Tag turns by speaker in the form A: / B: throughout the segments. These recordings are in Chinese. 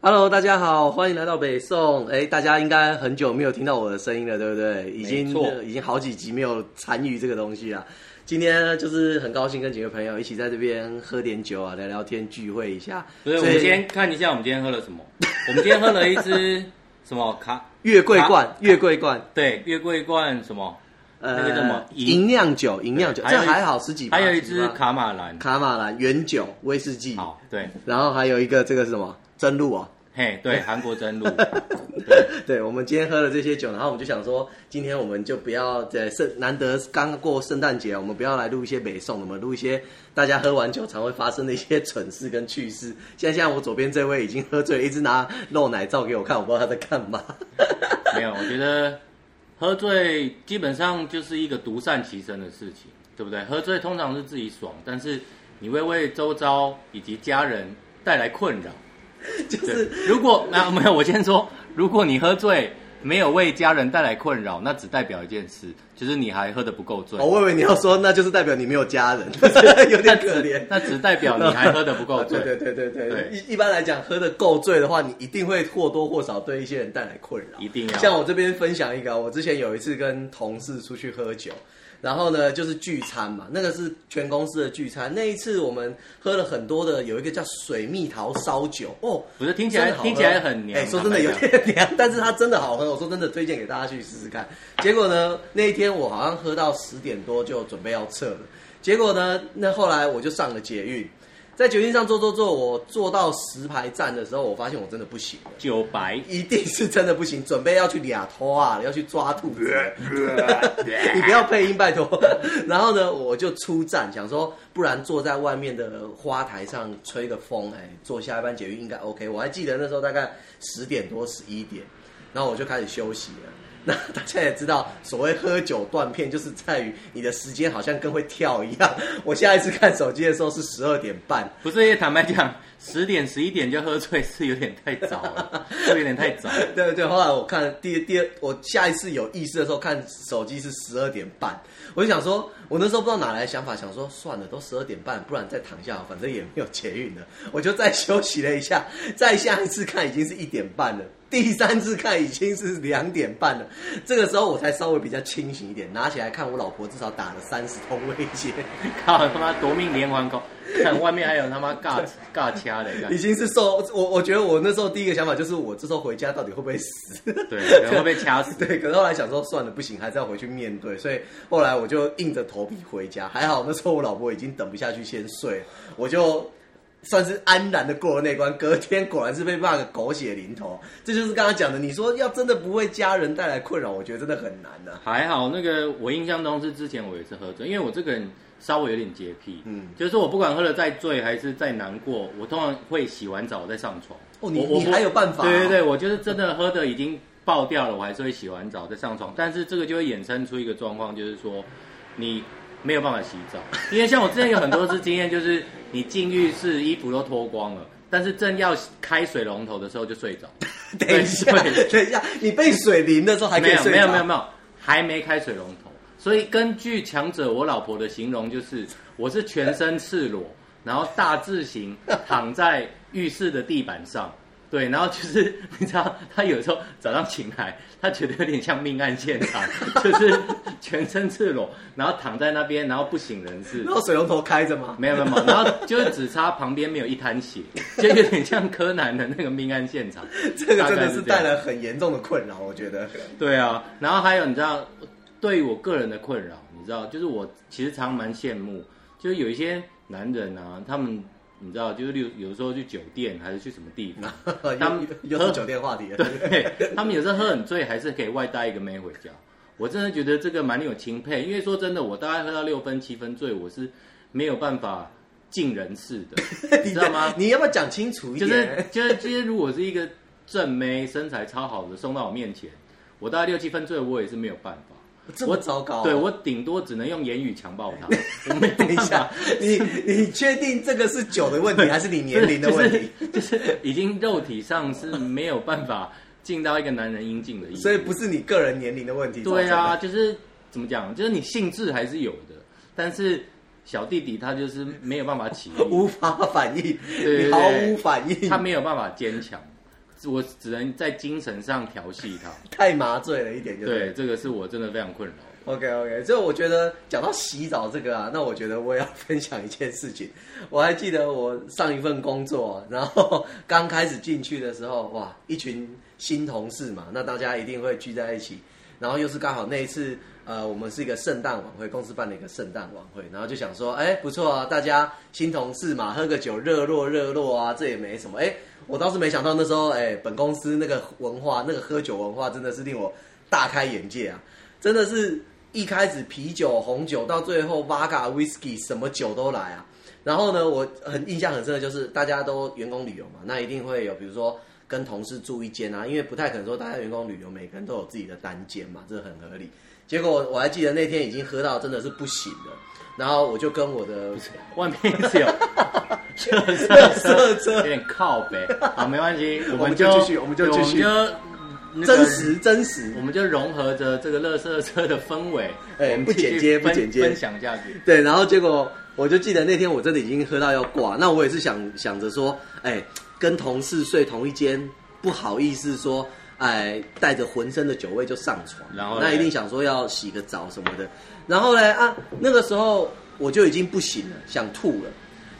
A: Hello，大家好，欢迎来到北宋。哎，大家应该很久没有听到我的声音了，对不对？已经
B: 没错
A: 已经好几集没有参与这个东西了。今天呢，就是很高兴跟几个朋友一起在这边喝点酒啊，聊聊天，聚会一下。
B: 不是，我
A: 所以
B: 们先看一下我们今天喝了什 么。我们今天喝了一支什么卡？
A: 月桂
B: 啊
A: 冠，月桂冠，
B: 对，月桂冠什么？
A: 呃，
B: 那个叫什么银
A: 银酿酒，银酿酒，
B: 对
A: 这
B: 还有一
A: 还好十几趴，
B: 还有一
A: 十
B: 支
A: 几趴
B: 卡马兰。
A: 卡马兰原酒威士忌，
B: 好，对，
A: 然后还有一个这个是什么真露哦。
B: 嘿，对，韩国真 露。
A: 对，我们今天喝了这些酒，然后我们就想说，今天我们就不要在圣难得刚过圣诞节，我们不要来录一些北宋，我们录一些大家喝完酒常会发生的一些蠢事跟趣事。像现在我左边这位已经喝醉了，一直拿肉奶照给我看，我不知道他在干嘛。
B: 没有，我觉得喝醉基本上就是一个独善其身的事情，对不对？喝醉通常是自己爽，但是你会为周遭以及家人带来困扰。
A: 就是
B: 对，如果啊没有，我先说，如果你喝醉没有为家人带来困扰，那只代表一件事，就是你还喝得不够醉。
A: 哦我以为你要说，那就是代表你没有家人， 有点可怜。
B: 那只代表 你还喝得不 够醉。
A: 啊对对对对对
B: 对，
A: 一一般来讲，喝的够醉的话，你一定会或多或少对一些人带来困扰。
B: 一定要
A: 像我这边分享一个啊，我之前有一次跟同事出去喝酒。然后呢，就是聚餐嘛，那个是全公司的聚餐。那一次我们喝了很多的，有一个叫水蜜桃烧酒哦，
B: 不是听起来
A: 真的好喝
B: 听起来很娘啊
A: 哎、说真的有
B: 坦白
A: 点娘，但是它真的好喝。我说真的，推荐给大家去试试看。结果呢，那一天我好像喝到十点多就准备要撤了。结果呢，那后来我就上了捷运，在捷运上坐坐坐，我坐到石牌站的时候，我发现我真的不行了。
B: 九 白
A: 一定是真的不行，准备要去俩拖啊，要去抓兔子。你不要配音，拜托。 然后呢，我就出站，想说，不然坐在外面的花台上吹个风，哎，坐下一班捷运应该 OK。我还记得那时候大概十点多、十一点，然后我就开始休息了。 那大家也知道，所谓喝酒断片，就是在于你的时间好像跟会跳一样。我下一次看手机的时候是十二点半，
B: 不是也坦白讲，十点十一点就喝醉是有点太早了， 是有点太早了。
A: 对对，后来我看第第二，我下一次有意识的时候看手机是十二点半，我就想说，我那时候不知道哪来的想法，想说算了，都十二点半，不然再躺下，反正也没有捷运了，我就再休息了一下，再下一次看已经是一点半了。 第三次看已经是两点半了，这个时候我才稍微比较清醒一点，拿起来看，我老婆至少打了三十通威胁，
B: 靠他妈夺命连环扣，看外面还有他妈尬尬掐 的，
A: 已
B: 干
A: 经是受我我觉得我那时候第一个想法就是我这时候回家到底会不会死？
B: 对，可能会被掐死。
A: 对，可是后来想说算了，不行，还是要回去面对，所以后来我就硬着头皮回家。还好那时候我老婆已经等不下去，先睡了，我就算是安然的过了那关。隔天果然是被骂个狗血淋头，这就是刚刚讲的。你说要真的不为家人带来困扰，我觉得真的很难啊呐、
B: 还好，那个我印象中是之前我也是喝醉，因为我这个人稍微有点洁癖，
A: 嗯
B: 嗯，就是说我不管喝了再醉还是再难过，我通常会洗完澡再上床。
A: 哦你
B: 我我
A: 你
B: 不
A: 还有办法啊
B: 对对对，我就是真的喝的已经爆掉了，我还是会洗完澡再上床，但是这个就会衍生出一个状况，就是说你没有办法洗澡， 因为像我之前有很多次经验，就是你进浴室衣服都脱光了，但是正要开水龙头的时候就睡着。
A: 等一下，
B: 对
A: 等一下，你被水淋的时候还可
B: 没
A: 以
B: 有
A: 睡
B: 没有没
A: 着
B: 有没有，还没开水龙头。所以根据强者我老婆的形容，就是 我是全身赤裸，然后大字型 躺在浴室的地板上。对，然后就是 你知道，她有时候早上醒来，她觉得有点像命案现场， 就是全身赤裸，然后躺在那边，然后不省人事
A: 然。后水龙头开着吗？
B: 没有没有，没有，然后就是只差旁边没有一滩血，就有点像柯南的那个命案现场。
A: 这个真
B: 大概
A: 的
B: 是
A: 是
B: 这样
A: 带来很严重的困扰，我觉得。
B: 对啊，然后还有你知道，对于我个人的困扰，你知道，就是我其实常蛮羡慕，就是有一些男人啊，他们你知道，就是有有时候去酒店还是去什么 地方，们
A: 又又是酒店话题了。
B: 对他们有时候喝很醉，还是可以外带一个妹回家。我真的觉得这个蛮令我钦佩，因为说真的，我大概喝到六分七分醉，我是没有办法尽人事的，你知道吗？
A: 你要不要讲清楚一
B: 就
A: 点？
B: 是就是就是，如果是一个正妹身材超好的送到我面前，我大概六七分醉，我也是没有办法。
A: 这么糟糕、
B: 对我顶多只能用言语强暴 他，我没有
A: 等一
B: 办
A: 下
B: 法。，
A: 你你确定这个是酒的 问题，还是你年龄的问题？
B: 就是就是已经肉体上是没有办法尽到一个男人应尽的义务。
A: 所以不是你个人年龄的问题。
B: 对
A: 造成
B: 啊，
A: 的，
B: 就是怎么讲，就是你性质还是有的，但是小弟弟他就是 没有办法起义，
A: 无法反应，
B: 对对
A: 你毫无反应。
B: 他没有办法坚强。我只能在精神上调戏他。
A: 太麻醉了一点就
B: 对，这个是我真的非常困扰。
A: OK OK，所以我觉得讲到洗澡这个啊，那我觉得我也要分享一件事情。我还记得我上一份工作，然后刚开始进去的时候，哇，一群新同事嘛，那大家一定会聚在一起。然后又是刚好那一次，呃，我们是一个圣诞晚会，公司办了一个圣诞晚会，然后就想说，哎，不错啊，大家新同事嘛，喝个酒热络热络啊，这也没什么。哎，我倒是没想到那时候，哎，本公司那个文化，那个喝酒文化真的是令我大开眼界啊，真的是一开始啤酒、红酒，到最后 vodka、whisky 什么酒都来啊。然后呢，我很印象很深的就是大家都员工旅游嘛，那一定会有比如说跟同事住一间啊，因为不太可能说大家员工旅游每个人都有自己的单间嘛，这很合理。结果我还记得那天已经喝到真的是不行了，然后我就跟我的
B: 外面是有热
A: 热色车
B: 有点靠北，好，没关系，我
A: 我们
B: 们
A: 就
B: 就
A: 继续我们就继续
B: 我们就那个
A: 真实真实
B: 我们就融合着这个乐色车的氛围，
A: 哎
B: 我们
A: 不
B: 继续
A: 剪接不
B: 分
A: 剪接
B: 分享下去。
A: 对，然后结果我就记得那天我真的已经喝到要挂，那我也是想想着说，哎，跟同事睡同一间，不好意思说，哎，带着浑身的酒味就上床，
B: 然后嘞
A: 那一定想说要洗个澡什么的，然后嘞啊，那个时候我就已经不行了，想吐了，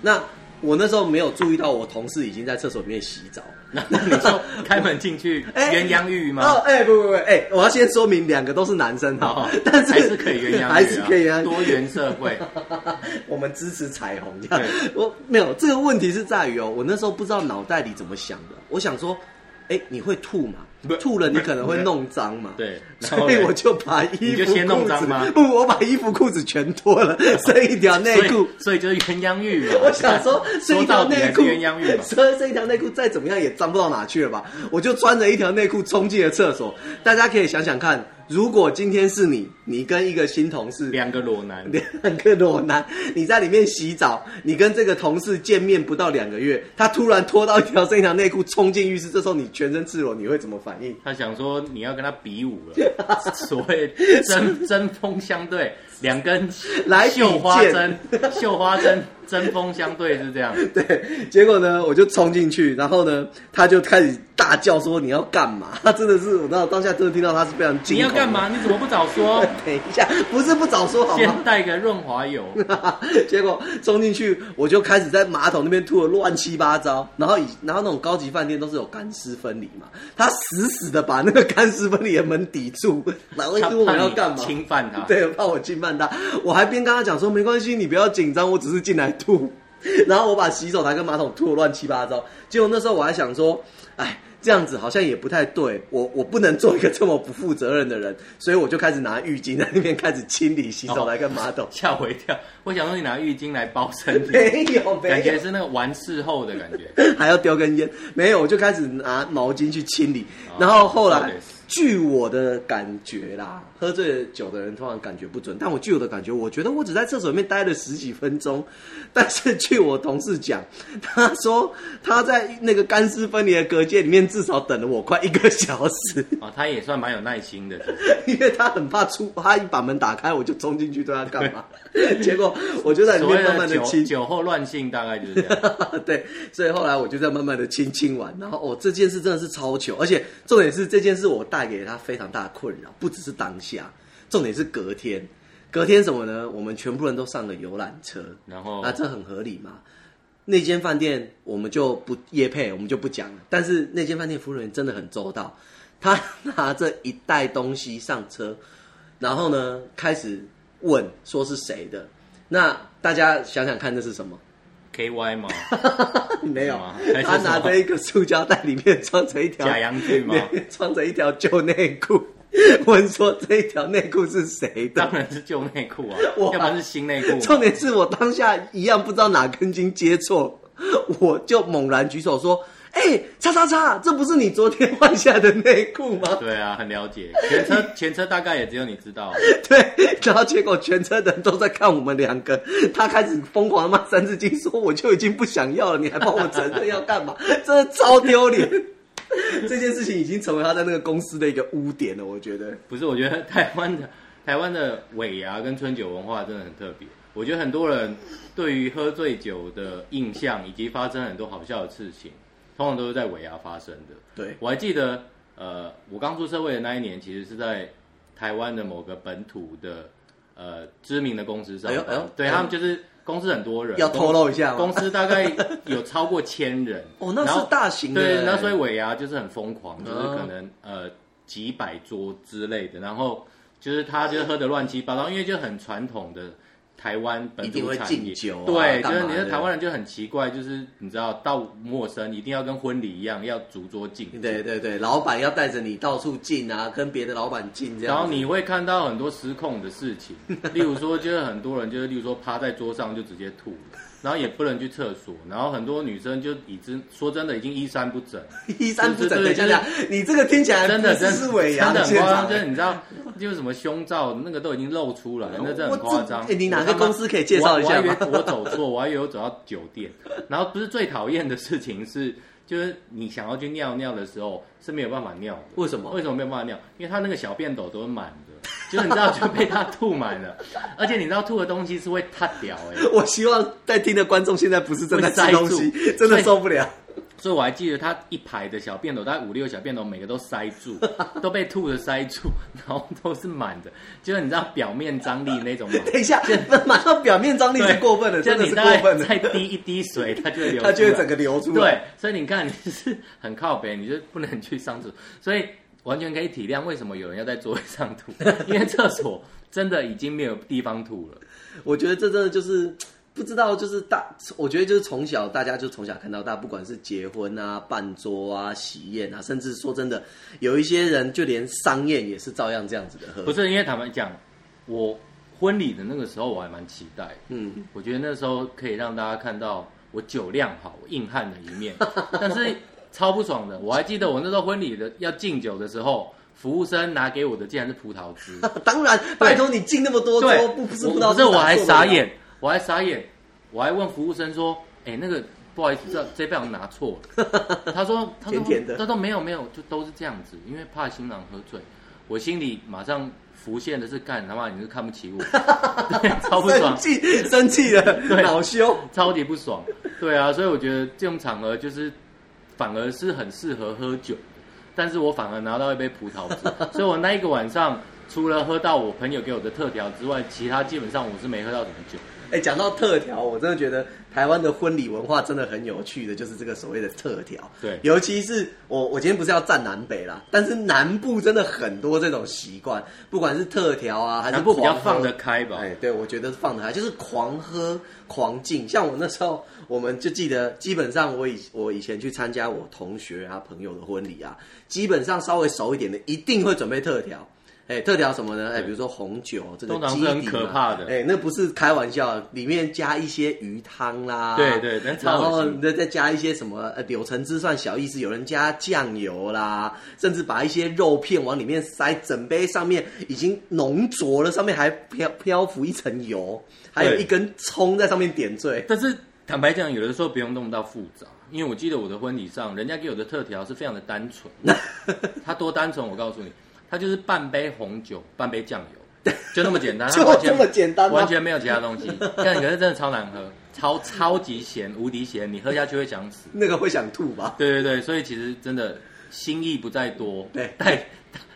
A: 那我那时候没有注意到我同事已经在厕所里面洗 澡。
B: 然后你说开门进去
A: 哎
B: 鸳鸯浴
A: 哦
B: 吗？，
A: 哎、不不不，哎、我要先说明，两个都是男生哈
B: 好，，
A: 但是
B: 哦还是可以鸳鸯浴啊，
A: 还是可以啊，
B: 多元社会。
A: 我们支持彩虹这样
B: 对。
A: 我没有这个问题是在于哦，我那时候不知道脑袋里怎么想的，我想说，哎、你会吐嘛
B: 不？
A: 吐了你可能会弄脏嘛。。
B: 对，然后
A: 所以
B: 嘞
A: 我就把衣
B: 你
A: 服
B: 就先弄
A: 裤
B: 脏
A: 子
B: 吗哦
A: 不，我把衣服裤子全脱了，剩一条内
B: 所以
A: 裤。
B: 所以就是鸳鸯浴嘛。，
A: 我想说剩
B: 说
A: 一条
B: 到底还
A: 内
B: 是
A: 裤，
B: 鸳鸯浴嘛。
A: 这这一条内裤再怎么样也脏不到哪去了吧？我就穿着一条内裤冲进了厕所。大家可以想想看，如果今天是你，你跟一个新同事
B: 两个裸男，
A: 两个裸男，你在里面洗澡，你跟这个同事见面不到两个月，他突然脱到一条剩一条内裤冲进浴室，这时候你全身赤裸，你会怎么反应？
B: 他想说你要跟他比武了， 所谓针针锋相对，两根
A: 来比
B: 绣花
A: 剑
B: 针，绣花针针锋相对是这样。
A: 对，结果呢，我就冲进去，然后呢，他就开始大叫说你要干嘛？他真的是，我当当下真的听到他是非常惊
B: 你要
A: 恐的
B: 干？嘛？你怎么不早说？
A: 等一下，不是不早说好吗
B: 先？带个润 滑油，
A: 结果冲进去，我就开始在马桶那边吐的乱七八糟。然后以然后那种高级饭店都是有干湿分离嘛，他死死的把那个干湿分离的门抵住，然后一
B: 他
A: 直问我
B: 怕
A: 要
B: 你啊
A: 干嘛。
B: 侵犯他。
A: 对，怕我侵犯他，我还边跟他讲说没关系，你不要紧张，我只是进来吐。 然后我把洗手台跟马桶吐的乱七八糟。结果那时候我还想说，哎，这样子好像也不太对，我我不能做一个这么不负责任的人，所以我就开始拿浴巾在那边开始清理洗手台跟马桶。
B: 吓我一 跳！我想说你拿浴巾来包身体，
A: 没有，没有，
B: 感觉是那个完事后的感觉。
A: 还要叼根烟，没有，我就开始拿毛巾去清理。然后后
B: 哦
A: 来
B: 对，
A: 据我的感觉啦，喝醉酒的人通常感觉不准，但我据我的感觉，我觉得我只在厕所里面待了十几分钟。 但是据我同事讲，他说他在那个干湿分离的隔间里面至少等了我快一个小时，
B: 哦，他也算蛮有耐心的，
A: 因为他很怕出，他一把门打开我就冲进去对他干嘛？ 结果我就 在里
B: 所谓
A: 面慢
B: 的
A: 慢的
B: 酒
A: 清。
B: 酒后乱性大概就是 这样。
A: 对，所以后来我就在慢慢的清清完，然后哦，这件事真的是超糗，而且重点是这件事我带给他非常大的困扰，不只是当下，重点是隔天，隔天什么呢？我们全部人都上了游览车，
B: 然后
A: 啊，这很合理嘛。那间饭店我们就不夜配，我们就不讲了。但是那间饭店服务人员真的很周到，他拿着一袋东西上车，然后呢开始问说是谁的。那大家想想看，这是什么？
B: K Y 嘛，
A: 啊没有啊
B: 是吗，
A: 他拿着一个塑胶袋，里面装着一条
B: 假洋 芋吗？
A: 装着一条旧内裤。问说这一条内裤是谁
B: 当
A: 的？
B: 然是旧内裤啊，
A: 哇
B: 要不然是新内 裤嘛。
A: 重点是我当下一样不知道哪根筋接错，我就猛然举手说：“哎、叉叉叉，这不是你昨天换下的内裤吗？”
B: 对啊，很了解。全车全车大概也只有你知道啊，
A: 对，然后结果全车人都在看我们两个，他开始疯狂的骂三字经，说我就已经不想要了，你还帮我承认要干嘛？ 真的超丢脸。 这件事情已经成为他在那个公司的一个污点了，我觉得。
B: 不是？我觉得台湾的 台湾的尾牙跟春酒文化真的很特别。我觉得很多人对于喝醉酒的印象，以及发生很多好笑的事情，通常都是在尾牙发生的。
A: 对，
B: 我还记得，呃，我刚出社会的那一年，其实是在台湾的某个本土的呃知名的公司上
A: 哎呦哎
B: 班，
A: 呦
B: 对
A: 哎呦
B: 他们就是公司很多人，
A: 要
B: 公
A: 透露一下吗，
B: 公司大概有超过千人
A: 哦，那
B: 然后
A: 是大型的欸，
B: 对，那所以尾牙就是很疯狂，就是
A: 嗯
B: 可能呃几百桌之类的，然后就是他就是喝的乱七八糟，因为就很传统的台湾本
A: 一定
B: 土
A: 会
B: 产
A: 敬
B: 业，
A: 酒啊
B: 对，就
A: 干
B: 是
A: 嘛
B: 你
A: 的
B: 的台湾人就很奇怪，就是你知道到陌生一定要跟婚礼一样要逐桌敬酒，
A: 对对对，老板要带着你到处进啊，跟别的老板进这样
B: 然
A: 子。
B: 后你会看到很多失控的 事情，例如说，就是很多人就是，例如说趴在桌上就直接吐了，然后也不能去厕所，然后很多女生就已经说真的已经衣衫不整，
A: 衣衫不整，
B: 对
A: 等一
B: 对
A: 下，等一下你这个听起来
B: 真的
A: 不
B: 真
A: 是
B: 的
A: 是尾牙
B: 真的很
A: 现
B: 夸张，
A: 场
B: 就是你知道，就是什么胸罩那个都已经露出来，那真的很夸张
A: 我这。哎你哪个
B: 我他妈
A: 公司可以介绍一下吗
B: 我我还以为我走错，我还以为我走到酒店，然后不是最讨厌的事情是，就是你想要去尿尿的时候是没有办法尿的。
A: 为什么？
B: 为什么没有办法尿？因为他那个小便斗都是满的，就是你知道就被他吐满了，而且你知道吐的东西是会塌掉哎、
A: 我希望在听的观众现在不是正在吃东西
B: 会塞，住
A: 真的受不了。
B: 所以我还记得他一排的小便斗，大概五六个小便斗，每个都塞住，都被吐的塞住， 然后都是满的，就是你知道表面张力那种满。
A: 等一 下，马上表面 张力是
B: 对
A: 过分的，
B: 就
A: 真的
B: 你
A: 是
B: 大
A: 过
B: 概
A: 分的，
B: 再滴一滴 水，它就会流出
A: 它
B: 来，
A: 就会整个流出来。
B: 对，所以你看，你是很靠北，你就不能去上厕所，所以完全可以体谅为什么有人要在座位 上吐，因为厕所真的已经没有地方吐了。
A: 我觉得这真的就是。不知道，就是大，我觉得就是从小大家就从小看到大，不管是结婚啊、办桌啊、喜宴啊，甚至说真的，有一些人就连商宴也是照样这样子的喝。
B: 不是因为坦白讲，我婚礼的那个时候我还蛮期待，
A: 嗯，
B: 我觉得那时候可以让大家看到我酒量好、硬汉的一面， 但是超不爽的。我还记得我那时候婚礼的要敬酒的时候，服务生拿给我的竟然是葡萄 汁。
A: 当然，拜托你进那么多
B: 对
A: 桌，，不不是
B: 我
A: 不知道
B: 不是
A: 是
B: 我
A: 哪
B: 还
A: 做的
B: 傻
A: 吗，
B: 眼，我还傻眼，我还问服务生说：“哎、那个不好意思，这 这杯我拿错了。”他说：“他说
A: 甜甜的
B: 他说没有没有，就都是这样子，因为怕新郎喝醉。”我心里马上浮现的是：“干他妈，你是看不 起我，对超不
A: 生，
B: 爽
A: 气生气了，
B: 对
A: 恼羞。
B: 超级不爽。”对啊，所以我觉得这种场合就是反而是很适合喝酒的，但是我反而拿到一杯葡萄汁， 所以我那一个晚上。除了喝到我朋友给我的特调之外，其他基本上我是没喝到什么酒。
A: 哎、讲到特调，我真的觉得台湾的婚礼文化真的很有趣的，就是这个所谓的特调。
B: 对
A: 尤其是我，我今天不是要站南北啦，但是南部真的很多这种习惯，不管是特调啊，还是
B: 南部比较
A: 狂喝
B: 放得开吧。
A: 哎，对，我觉得放得开，就是狂喝狂敬。像我那时候，我们就记得，基本上我以我以前去参加我同学啊朋友的婚礼啊，基本上稍微熟一点的，一定会准备特调。哎，特调什么呢？哎，比如说红酒，这个
B: 通常
A: 基
B: 是
A: 底
B: 很可
A: 嘛
B: 怕的
A: 哎，那不是开玩笑，里面加一些鱼汤啦，
B: 对对那超
A: 然后
B: 恶心
A: 你再再加一些什么呃柳橙汁算小意思，有人加酱油啦，甚至把一些肉片往里面塞，整杯上面已经浓浊了，上面还漂漂浮一层油，还有
B: 对
A: 一根葱在上面点缀。
B: 但是坦白讲，有的时候不用弄到复杂，因为我记得我的婚礼上，人家给我的特调是非常的单纯。 他多单纯，我告诉你，他就是半杯红酒，半杯酱 油，就那么简单，
A: 就
B: 它完全
A: 这么简单吗
B: 完全没有其他东西。但可是真的超难喝，超超级咸，无敌咸，你喝下去会想死。
A: 那个会想吐吧？
B: 对对对，所以其实真的心意不在多，
A: 对
B: 但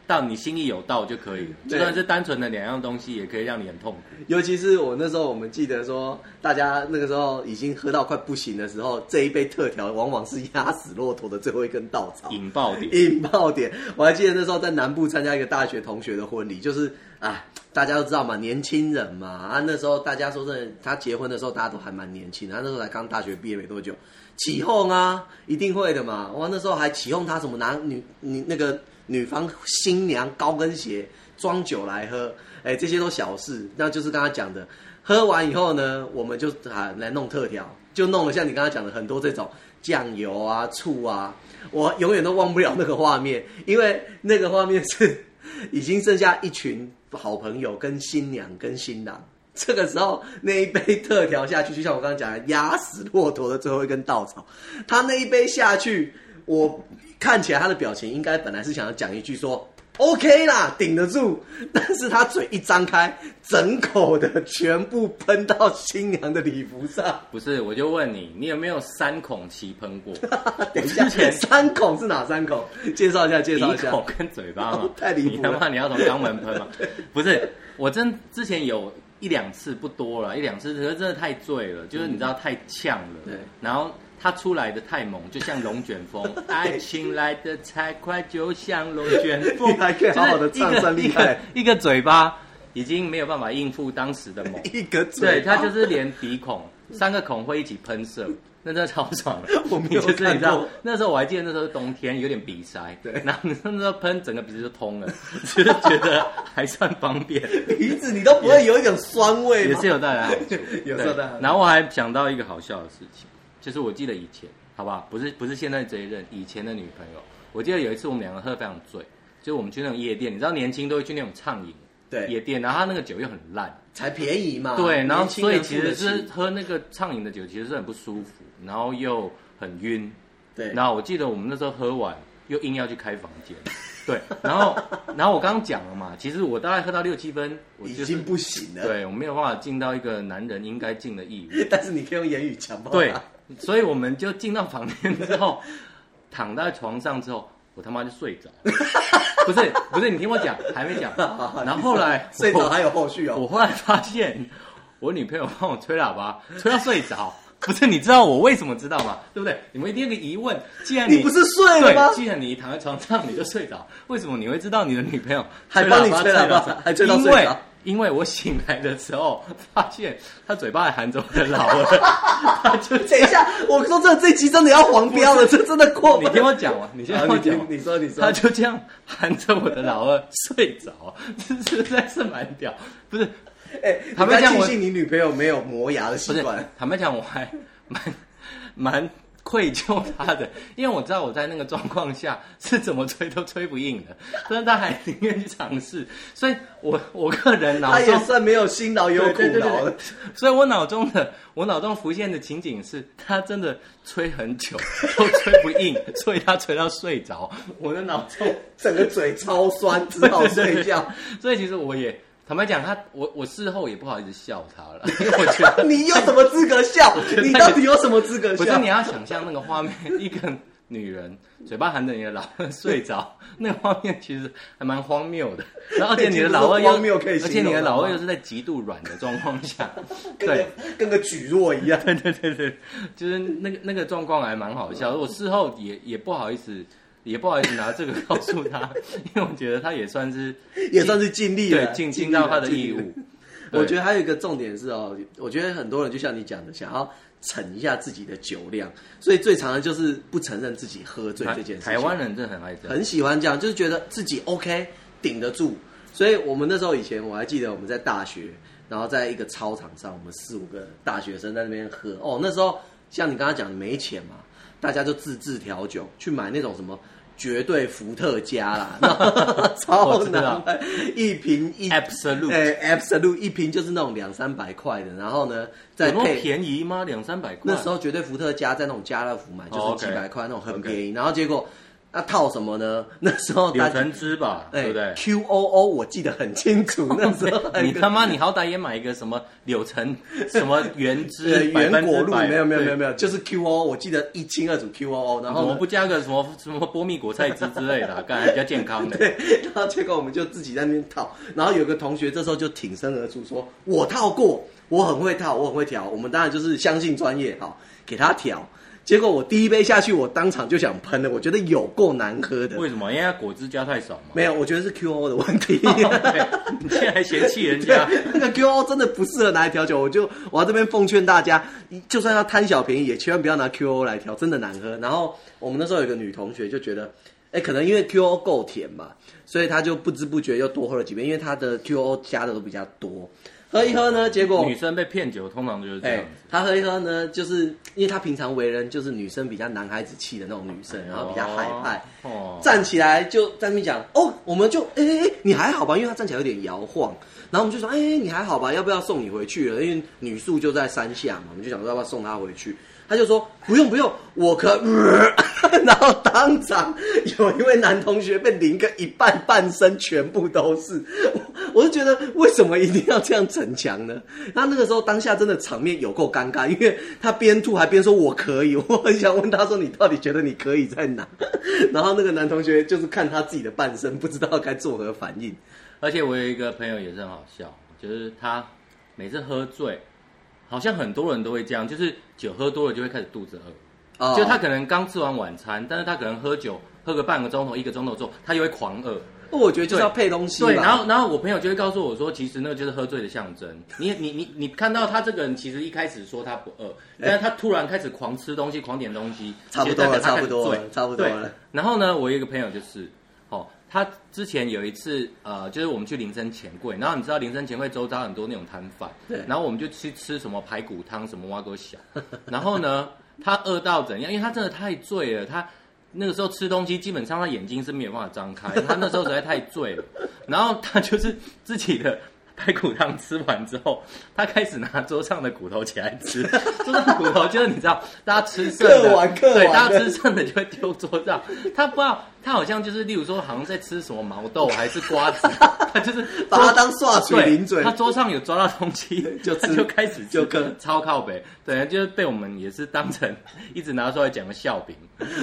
B: 到你心意有到就可以了。就
A: 对
B: 算是单纯的两样东西，也可以让你很痛苦。
A: 尤其是我那时候，我们记得说，大家那个时候已经喝到快不行的时候，这一杯特调往往是压死骆驼的最后一根稻草。
B: 引爆 点，
A: 引爆点。我还记得那时候在南部参加一个大学同学的婚礼，就是啊，大家都知道嘛，年轻人嘛啊，那时候大家说真的，他结婚的时候大家都还蛮年轻的，他那时候才刚大学毕业没多久，起哄啊，一定会的嘛。哇，那时候还起哄他什么拿女女那个女方新娘高跟鞋装酒来喝，哎、这些都小事，那就是刚刚讲的。喝完以后呢，我们就啊来弄特调，就弄了像你刚刚讲的很多这种酱油啊、醋啊，我永远都忘不了那个画面，因为那个画面是已经剩下一群好朋友跟新娘跟新郎。 这个时候，那一杯特调下去，就像我刚刚讲的，压死骆驼的最后一根稻草。他那一杯下去，我看起来他的表情应该本来是想要讲一句说：“ OK 啦，顶得住。但是他嘴一张开，整口的全部喷到新娘的礼服上。
B: 不是，我就问你，你有没有三孔齐喷过？
A: 等一下，三孔是哪三孔？介绍一下，介绍
B: 鼻
A: 一下。，
B: 孔跟嘴巴嘛
A: 太离谱了
B: 你他妈你要从肛门喷嘛？不是，我真之前有一两次不多了，一两次，可是真的太醉了，就是你知道太呛了，
A: 嗯对
B: 然后。它出来的太猛，就像龙卷 风，爱情来的太快，就像龙卷风。
A: 你 还可以好好地
B: 就是一
A: 唱
B: 个
A: 真厉
B: 一
A: 害
B: 个一个嘴巴已经没有办法应付当时的猛，
A: 一个嘴
B: 对，
A: 巴，。
B: 它就是连鼻孔三个孔会一起喷射，那真的超爽的
A: 我没有
B: 就是你知
A: 看
B: 道
A: 过，
B: 那时候我还记得那时候是冬天，有点鼻塞，
A: 对
B: 然后那时候喷整个鼻子就通了， 就是觉得还算方便，
A: 鼻子你都不会有一种酸味
B: 也
A: 吗，
B: 是？ 有带来好处
A: 有时候
B: 对
A: 带来好处
B: 然后我还想到一个好笑的事情，就是我记得以前，好不好？不是不是现在这一任，以前的女朋友，我记得有一次我们两个喝得非常醉，就是我们去那种夜店，你知道年轻都会去那种畅饮夜
A: 对，
B: 店，然后他那个酒又很烂。
A: 才便宜嘛。
B: 对，然
A: 啊
B: 后
A: 年轻
B: 所以
A: 人
B: 其
A: 付得
B: 实
A: 起
B: 是喝那个畅饮的酒，其实是很不舒服，然后又很晕。
A: 对，
B: 然后我记得我们那时候喝完，又硬要去开房间。对，然后然后我刚刚讲了嘛，其实我大概喝到六七分，我
A: 已
B: 就是
A: 经不行了。
B: 对我没有办法尽到一个男人应该尽的义务。
A: 但是你可以用言语强暴。
B: 对，所以我们就进到房间之后，躺在床上之后，我他妈就睡着了。 不是不是，你听我讲，还没讲。然后后来
A: 睡
B: 我
A: 着还有后续哦。
B: 我后来发现，我女朋友帮我吹喇叭，吹到睡 着。不是，你知道我为什么知道吗？对不对？你们一定有个疑问，既然你
A: 你不是睡了吗
B: 对，既然你躺在床上你就睡着，为什么你会知道你的女朋友
A: 还帮你吹喇叭
B: 吹到
A: 还吹到
B: 因
A: 睡
B: 为
A: 着
B: 因为我醒来的时候发现她嘴巴还含着我的 老二，她就
A: 等一下，我说这这集真的要黄标了，这真的过分。
B: 你听我讲完，你先
A: 好
B: 听我
A: 啊你听你
B: 讲完，
A: 说你说
B: 他，就这样含着我的老二睡着，这实在是蛮屌，不是。
A: 哎，
B: 坦白
A: 你在
B: 讲
A: 庆
B: 我
A: 幸你女朋友没有磨牙的
B: 不
A: 习
B: 是
A: 惯。，
B: 坦白讲，我还蛮蛮愧疚他的，因为我知道我在那个状况下是怎么吹都吹不硬的，但是他还宁愿去尝试，所以我我个人脑
A: 他也
B: 中，
A: 算没有辛劳也有苦
B: 对对对
A: 劳
B: 对
A: 了
B: 对。所以我脑中的我脑中浮现的情景是，他真的吹很久都吹不硬， 所以他吹到睡着，我的脑中
A: 整个嘴超酸，只好睡 觉。
B: 所以其实我也坦白讲，他我我事后也不好意思笑他了，因为我觉得
A: 你有什么资格笑？你到底有什么资格
B: 不是
A: 笑
B: 你？要想象那个画面，一个女人嘴巴含着你的老二睡着， 那个画面其实还蛮荒 谬的。然后而且你的老二
A: 已经不是
B: 又
A: 荒谬可以形容
B: 而
A: 了
B: 且你的老二又是在极度软的状况下，
A: 跟个
B: 对。
A: 跟个举弱一样。
B: 对对对对，就是那个那个状况还蛮好笑的，我事后也也不好意思，也不好意思拿这个告诉他，因为我觉得他也算是
A: 也算是尽力了，
B: 对尽
A: 尽
B: 尽
A: 力了
B: 到他的义。
A: 尽力
B: 务
A: 了。
B: 对
A: 我觉得还有一个重点是哦，我觉得很多人就像你讲的，想要逞一下自己的酒量，所以最常的就是不承认自己喝醉这件事情。
B: 台湾人真的很爱这样。
A: 很喜欢这样，就是觉得自己 OK 顶得住。所以我们那时候以前我还记得我们在大学，然后在一个操场上，我们四五个大学生在那边喝。哦，那时候像你刚刚讲没钱嘛，大家就自制调酒，去买那种什么。绝对伏特加 啦，那超
B: 我知
A: 难
B: 道
A: 买，一瓶一
B: Absolute
A: 哎 absolute 一瓶就是那种两三百块的，然后呢再
B: 有那么
A: 配
B: 便宜吗？两三百块？
A: 哎那时候绝对伏特加在那种家乐福买就
B: 哦
A: 是
B: ，OK
A: 几百块那种很便宜，然后结果那套什么呢？ 那时候
B: 柳
A: 大家哎
B: 橙汁吧，对不对？
A: Q O O 我记得很清楚，那时候
B: 你
A: 跟
B: 他妈，你好歹也买一个什么柳橙 什么 原
A: 呃
B: 汁
A: 原果露
B: 百分之百啊
A: 没有没有没有
B: 对
A: 没有，就是 Q O O 我记得一清二楚 Q O O，然
B: 怎
A: 后
B: 么
A: 呢
B: 不加个什么什么波蜜果菜汁之类的 啊，干还比较健康的。
A: 对，然后结果我们就自己在那边套，然后有个同学这时候就挺身而出说：“我套过，我很会套，我很会调。”我们当然就是相信专业，好给他调。结果我第一杯下去，我当场就想喷了，我觉得有够难喝的。
B: 为什么？因为它果汁加太少嘛。
A: 没有，我觉得是 QO 的问 题。
B: 对你现在还嫌弃人
A: 对
B: 家？，
A: 那个 QO 真的不适合拿来调酒，我就我要这边奉劝大家，就算要贪小便宜，也千万不要拿 QO 来调，真的难喝。然后我们那时候有个女同学就觉得，哎、可能因为 QO 够甜吧，所以她就不知不觉又多喝了几杯，因为她的 QO 加的都比较多，喝一喝呢，结果
B: 哦女生被骗酒通常就是这
A: 哎、
B: 样子。
A: 她喝一喝呢，就是因为她平常为人就是女生比较男孩子气的那种女哎生，然后比较害怕。
B: 哦，
A: 站起来就在那边讲哦，我们就哎哎哎，你还好吧？因为他站起来有点摇晃，然后我们就说哎、哎你还好吧？要不要送你回去了？因为女宿就在山下嘛，我们就想说要不要送她回去？他就说不用不用，我可、呃 然后当场有一位男同学被淋个一半半身全部都是，我我就觉得为什么一定要这样逞强呢？那那个时候当下真的场面有够尴尬，因为他边吐还边说我可以，我很想问他说你到底觉得你可以在哪？ 然后那个男同学就是看他自己的半身，不知道该作何反应。
B: 而且我有一个朋友也是很好笑，就是他每次喝醉，好像很多人都会这样，就是酒喝多了就会开始肚子饿，
A: 哦
B: 就他可能刚吃完晚餐，但是他可能喝酒喝个半个钟头、一个钟头之后，他就会狂饿。
A: 我觉得就是要配东西嘛
B: 对，然后然后我朋友就会告诉我说，其实那个就是喝醉的象征。你你你你看到他这个人，其实一开始说他不饿，但是他突然开始狂吃东西、狂点东西，
A: 差不多了
B: 其实代表他开始
A: 差不多了
B: 醉
A: 差不多了
B: 对然后呢，我有一个朋友就是，哦，他之前有一次呃，就是我们去林森钱柜，然后你知道林森钱柜周遭很多那种摊贩，
A: 对
B: 然后我们就去吃什么排骨汤、什么蛙哥小，然后呢，他饿到怎样？因为他真的太醉了，他。那个时候吃东西，基本上他眼睛是没有办法 张开，他那时候实在太醉了。然后他就是自己的排骨汤吃完之后，他开始拿桌上的骨头起来 吃，桌上的骨头就是你知道，大家吃剩的，
A: 各碗各碗
B: 对，大
A: 的
B: 家吃剩的就会丢桌上。他不知道，他好像就是例如说，好像在吃什么毛豆还是 瓜子，他就是
A: 把它当刷嘴
B: 对
A: 零嘴
B: 他。桌上有抓到东西
A: 就吃
B: 他就开始吃
A: 就嗑
B: 超靠北，对，就是被我们也是当成一直拿出来讲的笑柄。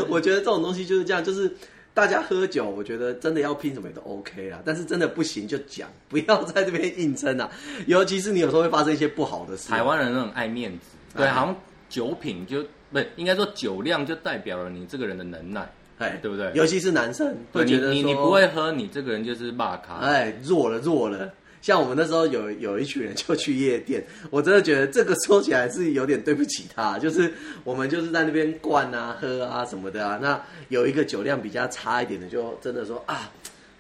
A: 我觉得这种东西就是这样，就是大家喝酒，我觉得真的要拼什么也都 OK 啊啦，但是真的不行就讲，不要在这边硬撑啊。尤其是你有时候会发生一些不好的事。
B: 台湾人很爱面子，
A: 哎
B: 对，好像酒品就不是应该说酒量就代表了你这个人的能耐，
A: 哎，
B: 对不对
A: 尤其是男生
B: 对
A: 会
B: 你
A: 觉得
B: 你
A: 说
B: 你不会喝，你这个人就是骂咖。
A: 哎，弱了弱了。像我们那时候有有一群人就去夜店，我真的觉得这个说起来是有点对不起他，就是我们就是在那边灌啊、喝啊什么的啊。那有一个酒量比较差一点的，就真的说啊，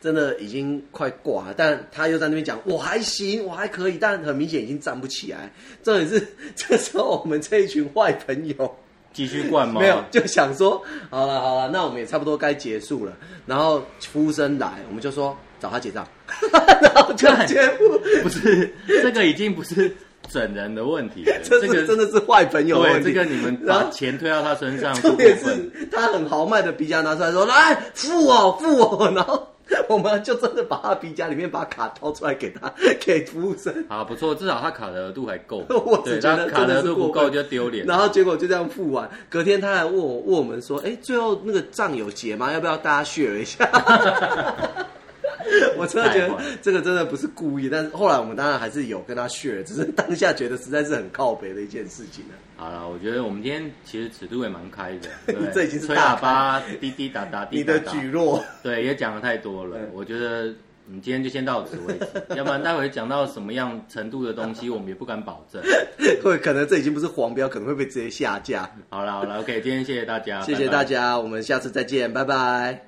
A: 真的已经快挂了，但他又在那边讲我还行，我还可以，但很明显已经站不起来。重点是 这时候我们这一群坏朋友。
B: 继续灌吗？
A: 没有，就想说好了好了，那我们也差不多该结束了。然后服务生来，我们就说找他结 账，然后就结束。
B: 不是，这个已经不是整人的问题了，
A: 这
B: 这
A: 是
B: 个
A: 真的是坏朋友的
B: 对
A: 问题
B: 这个你们
A: 然
B: 把
A: 后
B: 钱推到他身上，
A: 重点
B: 不过分
A: 是他很豪迈的皮夹拿出来说：“来付我付我。”然后我们就真的把他皮夹里面把卡掏出来给他给服务生。
B: 好不错，至少他卡的额度还够。
A: 我
B: 对，
A: 只觉
B: 他
A: 得
B: 卡
A: 真
B: 的
A: 的
B: 额
A: 是
B: 度不
A: 过
B: 够
A: 分
B: 就丢脸。啊
A: 然后结果就这样付完，隔天他还问我问我们说：“哎，最后那个账有结吗？要不要大家 share 一下？” 我真的觉得
B: 太坏了
A: 这个真的不是故意，但是后来我们当然还是有跟他 share，只是当下觉得实在是很靠北的一件事情啊。
B: 好了，我觉得我们今天其实尺度也蛮开 的，对不对
A: 这已经是
B: 吹
A: 大
B: 喇叭滴滴答答滴
A: 你
B: 答
A: 的
B: 答，
A: 举弱，
B: 对，也讲的太多了。我觉得你今天就先到此为 止，要不然待会讲到什么样程度的东西，我们也不敢保证。
A: 会可能这已经不是黄标，可能会被直接下架。
B: 好了好了，OK，今天谢谢大家，
A: 谢谢
B: 拜拜
A: 大家，我们下次再见，拜拜。